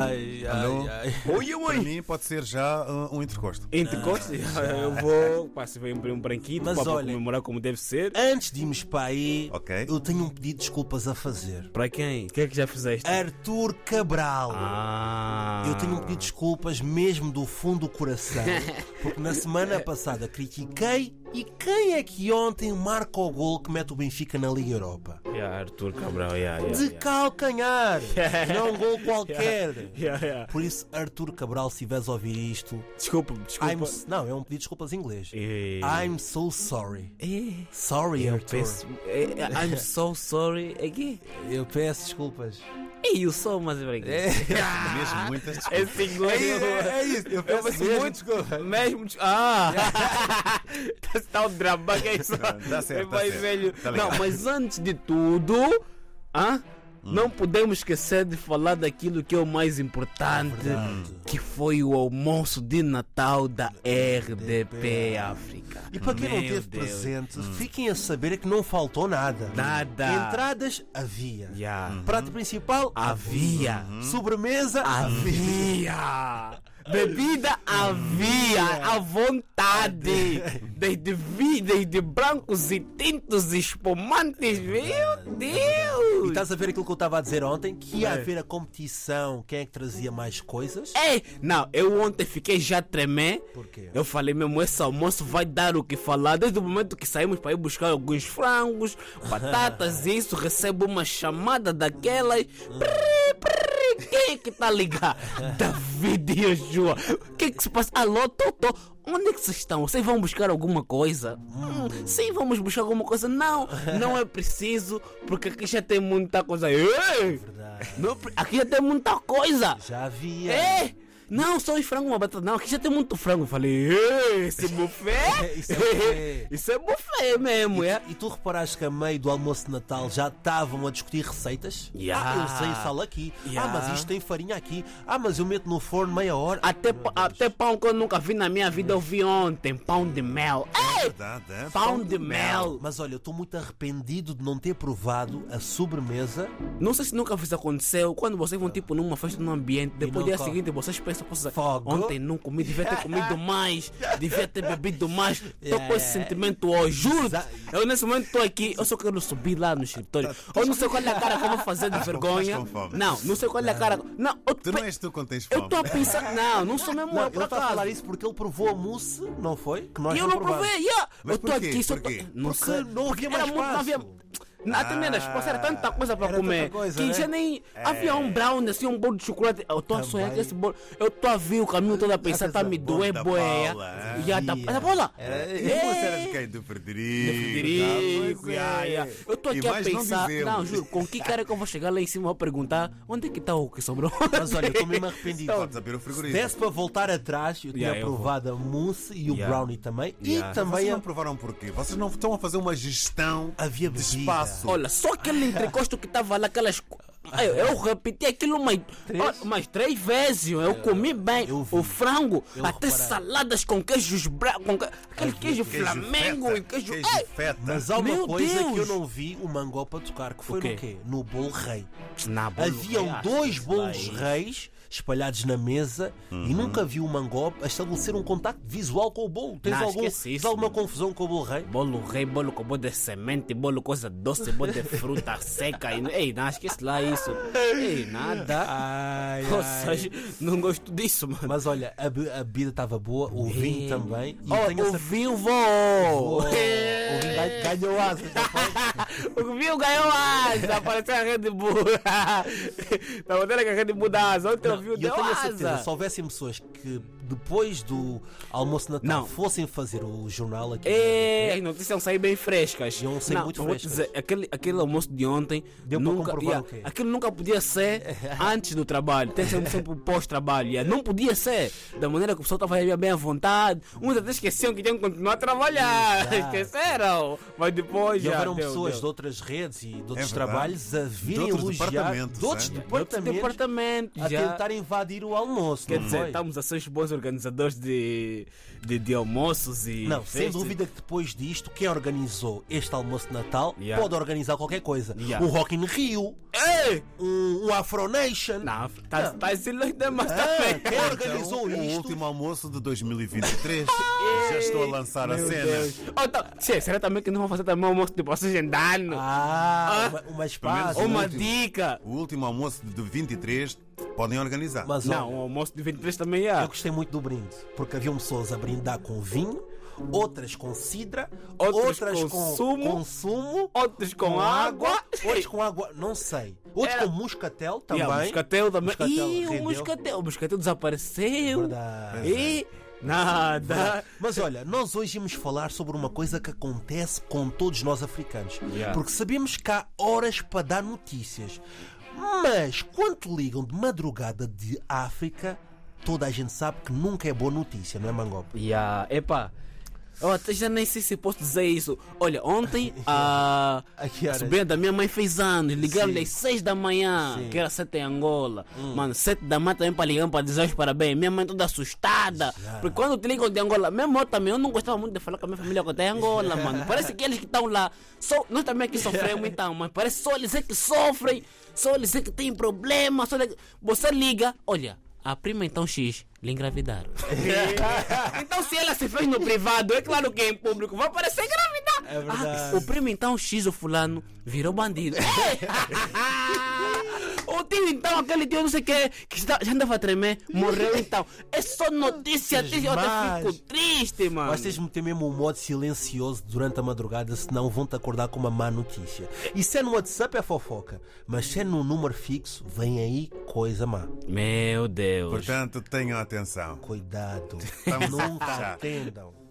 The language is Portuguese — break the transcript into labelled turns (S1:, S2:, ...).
S1: Ai,
S2: Alô?
S1: ai, ai.
S3: Oi,
S2: Para
S3: oi!
S2: mim pode ser já uh, um entrecosto.
S3: Entre costas, eu vou. Pá, se vem um branquito,
S1: Ah. Mas
S3: pá, para
S1: olha-
S3: comemorar como deve ser.
S1: Antes de irmos para aí,
S2: Ok.
S1: eu tenho um pedido de desculpas a fazer.
S3: Para quem? O que é que já fizeste?
S1: Arthur Cabral.
S3: Ah.
S1: Eu tenho um pedido de desculpas mesmo do fundo do coração, porque na semana passada critiquei e quem é que ontem marca o gol que mete o Benfica na Liga Europa?
S3: Yeah, Arthur Cabral, yeah, yeah,
S1: De
S3: yeah.
S1: calcanhar! Não é um gol qualquer!
S3: Yeah, yeah.
S1: Por isso, Arthur Cabral, se tiveres a ouvir isto,
S3: Desculpa-me,
S1: I'm...
S3: desculpa.
S1: s- Não, é um pedido de desculpas em inglês.
S3: Eh,
S1: I'm so sorry.
S3: eh,
S1: Sorry,
S3: eu
S1: Arthur.
S3: peço- eh, I'm so sorry again.
S1: Eu peço desculpas.
S3: E eu sou mais
S1: É.
S3: É obrigado.
S2: Mesmo muitas
S3: É
S2: desculpas.
S3: inglês.
S1: isso, eu
S3: peço é um muito Mesmo. des- Ah! Está um drama que é isso?
S2: Tá certo,
S3: É
S2: tá
S3: mais
S2: certo.
S3: velho.
S2: Tá
S3: Não,
S2: ligado.
S3: mas antes de tudo, hã?
S2: Hum.
S3: não podemos esquecer de falar daquilo que é o mais importante, que foi o almoço de Natal da RDP África.
S1: E para quem não
S3: Meu
S1: teve
S3: Deus. Hum.
S1: presente, fiquem a saber que não faltou nada.
S3: Nada.
S1: Entradas havia.
S3: Yeah.
S1: Prato principal
S3: Havia.
S1: Sobremesa
S3: Havia! Bebida havia! À vontade! Desde vida, desde brancos e tintos e espumantes, meu
S1: E
S3: Deus!
S1: estás a ver aquilo que eu estava a dizer ontem? Que
S3: É.
S1: ia haver a competição, quem é que trazia mais coisas?
S3: Ei, não, eu ontem fiquei já tremer.
S1: Por quê?
S3: Eu falei, mesmo, esse almoço vai dar o que falar. Desde o momento que saímos para ir buscar alguns frangos, batatas e isso, recebo uma chamada daquelas.
S1: Ah.
S3: Prrri, prrri, quem é que tá a ligar? David e Joshua. O que que se passa? Alô, Toto? Onde é que vocês estão? Vocês vão buscar alguma coisa? Hum, sim, vamos buscar alguma coisa. Não, não é preciso, porque aqui já tem muita coisa. Ei!
S1: Verdade.
S3: Não, aqui já tem muita coisa.
S1: Já havia.
S3: É! Não, só em frango uma batata. Não, aqui já tem muito frango. Eu falei, "Ei, esse buffet?
S1: Isso é buffet.
S3: Isso é buffet mesmo, é?
S1: E tu reparaste que a meio do almoço de Natal já estavam a discutir receitas?
S3: Yeah.
S1: Ah, eu sei sal aqui.
S3: Yeah.
S1: Ah, mas isto tem farinha aqui. Ah, mas eu meto no forno meia hora.
S3: Até, pa- até pão que eu nunca vi na minha vida, eu vi ontem. Pão de mel. Ei!
S2: Verdade, é?
S3: Pão de mel!
S1: Mas olha, eu estou muito arrependido de não ter provado a sobremesa.
S3: Não sei se nunca isso aconteceu. Quando vocês vão tipo numa festa num ambiente, depois
S1: não
S3: do dia
S1: come.
S3: seguinte vocês pensam, "Poxa,
S1: Fogo."
S3: ontem não comi, devia ter comido mais, devia ter bebido mais. Estou
S1: Yeah,
S3: com esse sentimento hoje, juro.
S1: Exa-
S3: Eu nesse momento estou aqui, eu só quero subir lá no escritório. Eu não sei qual é a cara que eu vou fazer de
S2: Estás com-
S3: vergonha.
S2: estás com fome.
S3: Não, não sei qual é a cara. Não, eu
S2: Tu não
S3: pe-
S2: és tu quando tens
S3: eu
S2: fome.
S3: estou a pensar. Não, não sou mesmo
S1: Não,
S3: eu, por
S1: ele está a falar
S3: acaso.
S1: isso porque ele provou a mousse, não foi? Que nós
S3: E eu não
S1: provamos.
S3: provei, yeah.
S2: Mas
S3: eu estou
S2: porquê?
S3: aqui só.
S2: Porquê?
S3: Não
S1: Porque
S3: sei.
S1: não havia
S3: era
S1: mais
S3: muito, não havia.
S1: espaço.
S3: Na também era espaço, era tanta coisa para
S1: Era tanta
S3: comer
S1: coisa,
S3: que
S1: né?
S3: já nem. Havia um brownie, assim, um bolo de chocolate. Eu estou a
S1: Também.
S3: sonhar com esse bolo. Eu estou a ver o caminho todo a pensar, tá
S1: coisa
S3: me
S1: boa
S3: doer,
S2: da
S3: boia.
S2: Paula,
S3: E tá- a da
S1: Ia.
S3: da bola.
S2: É,
S3: É.
S2: Você era de quem? Do Frederico.
S3: Frederico, ia, ia. Eu estou
S2: é. E
S3: aqui a
S2: mais não
S3: pensar,
S2: dizemos.
S3: não, juro, com que cara que eu vou chegar lá em cima e vou perguntar onde é que está o que sobrou?
S1: Mas olha, eu estou mesmo arrependido.
S3: Então, tá
S2: Podes abrir o
S1: Se
S2: frigorífico.
S1: desse para voltar atrás, eu tinha
S3: Yeah, eu vou.
S1: provado a mousse e o
S3: Yeah.
S1: brownie também.
S3: Yeah.
S1: E
S2: Vocês
S1: também
S3: é-
S2: não
S1: a...
S2: provaram porquê? Vocês não estão a fazer uma gestão
S1: Havia
S2: de
S1: bebida.
S2: espaço.
S3: Olha, só aquele entrecosto que estava lá, aquelas. co- Eu, eu repeti aquilo mais
S1: Três? É,
S3: Olha, mais três vezes. Eu, comi bem
S1: eu vi.
S3: o frango,
S1: Eu
S3: até
S1: reparei.
S3: saladas com queijos bravos, com que- aquele queijo,
S2: Queijo
S3: flamengo
S2: feta,
S3: e queijo.
S2: queijo
S3: Ei!
S2: feta. Então,
S1: Mas há uma
S3: Meu
S1: coisa
S3: Deus!
S1: que eu não vi o Mangopa tocar, que foi
S3: O quê?
S1: no quê? No bolo rei.
S3: Na bola,
S1: Haviam
S3: ah,
S1: dois
S3: isso
S1: bolos
S3: daí.
S1: reis espalhados na mesa e
S3: Uhum.
S1: nunca vi o Mangopa a estabelecer um contacto visual com o bolo. Tens,
S3: Não,
S1: algum,
S3: esquece
S1: tens
S3: Ah, isso,
S1: alguma
S3: mano.
S1: confusão com o bolo rei?
S3: Bolo rei, bolo com bolo de semente, bolo coisa doce, bolo de fruta seca. E, ei, não, esquece lá isso. Ei, nada.
S1: Ai,
S3: Ou seja, não gosto disso, mano.
S1: Mas olha, a, be- a bebida estava boa, o vinho também. E
S3: Ó,
S1: tenho a
S3: Oh, o
S1: certeza-
S3: vinho voou.
S1: Oh,
S3: É.
S1: o vinho gan- ganhou asa. tá já foi?
S3: o Viu ganhou asa, apareceu a Red Bull. Na maneira que a Red Bull dá asa, ontem o Viu
S1: E eu
S3: deu
S1: tenho a certeza,
S3: asa.
S1: se houvessem pessoas que depois do almoço de Natal
S3: Não.
S1: fossem fazer o jornal aqui.
S3: É, as notícias saem bem frescas.
S1: Iam sair muito
S3: mas vou
S1: frescas.
S3: dizer, aquele, aquele almoço de ontem
S1: Deu pra
S3: nunca,
S1: comprovar
S3: yeah,
S1: o quê?
S3: aquilo nunca podia ser antes do trabalho. Tem que ser sempre o pós-trabalho. yeah. Não podia ser da maneira que o pessoal estava bem à vontade. Uns até esqueciam que tinham que continuar a trabalhar.
S1: Exato.
S3: Esqueceram. Mas depois
S1: E
S3: já.
S1: houveram
S3: deu,
S1: pessoas
S3: deu.
S1: de outras redes e de outros
S2: É verdade.
S1: trabalhos a virem
S2: De outros
S1: elogiar
S2: departamentos,
S1: de outros
S2: é?
S3: De outros
S1: departamentos,
S3: departamentos.
S1: a
S3: já.
S1: tentar Hum, invadir o almoço.
S3: Quer
S1: não
S3: dizer, tá
S1: foi?
S3: estamos a ser os bons organizadores de, de, de almoços e.
S1: Não, sem
S3: festas.
S1: dúvida que depois disto, quem organizou este almoço de Natal
S3: Yeah.
S1: pode organizar qualquer coisa.
S3: Yeah.
S1: O Rock in Rio,
S3: Ei!
S1: um, um Afronation.
S3: Não, tá, tá ensinando os demais
S1: Ah,
S3: também.
S1: quem organizou
S2: Então, O
S1: isto?
S2: último almoço de 2023. Já estou a lançar a
S3: Meu
S2: cena.
S3: Deus. Ou então, tchê, será também que não vão fazer também um almoço de vocês em dano?
S1: Ah,
S3: Ah.
S1: uma, uma espaço.
S2: Pelo menos
S3: uma
S2: último.
S3: dica.
S2: O último almoço de 23 podem organizar.
S1: Mas
S3: Não,
S1: olha,
S3: um almoço de 23 também é.
S1: eu gostei muito do brinde, porque haviam pessoas a brindar com vinho, outras com sidra,
S3: Outras
S1: outras,
S3: com
S1: com,
S3: sumo,
S1: com sumo,
S3: Outros com, água.
S1: outras com água, não sei. Outros
S3: Era-
S1: com muscatel
S3: E
S1: também.
S3: o moscatel também.
S1: Moscatel
S3: Ih, o
S1: rendeu.
S3: moscatel. O moscatel desapareceu.
S1: Verdade.
S3: E nada.
S1: Mas olha, nós hoje íamos falar sobre uma coisa que acontece com todos nós africanos.
S3: Yeah.
S1: Porque sabemos que há horas para dar notícias. Mas quando te ligam de madrugada de África, toda a gente sabe que nunca é boa notícia, não é, Mangope?
S3: Ya, epa. Eu até já nem sei se posso dizer isso. Olha, ontem a,
S1: A que
S3: a
S1: horas?
S3: sobrinha da minha mãe fez anos. Ligaram-lhe às 6 da manhã,
S1: Sim. Hum.
S3: que era 7 em Angola. Mano, 7 da manhã também para ligar para dizer os parabéns. Minha mãe toda assustada. Porque quando te ligam de Angola, mesmo eu também, eu não gostava muito de falar com a minha família quando é Angola, mano. Parece que eles que estão lá. Só, nós também aqui sofremos então, mas parece só eles é que sofrem, só eles é que têm problema. Só eles é que- Você liga, olha, a prima então X, lhe engravidaram. Então se ela se fez no privado, é claro que em público vai parecer grávida.
S1: É verdade.
S3: Ah, o primo então X, o fulano, virou bandido. o tio então, aquele tio não sei o que, que está- já andava a tremer, morreu então. É só notícia triste, eu até
S1: Mas-
S3: fico triste, mano.
S1: Mas tens de meter mesmo um modo silencioso durante a madrugada, senão vão-te acordar com uma má notícia. E se é no WhatsApp é fofoca, mas se é num número fixo, vem aí coisa má.
S3: Meu Deus.
S2: Portanto, tenham atenção.
S1: Cuidado,
S2: Estamos a
S1: nunca
S2: fechar.
S1: atendam.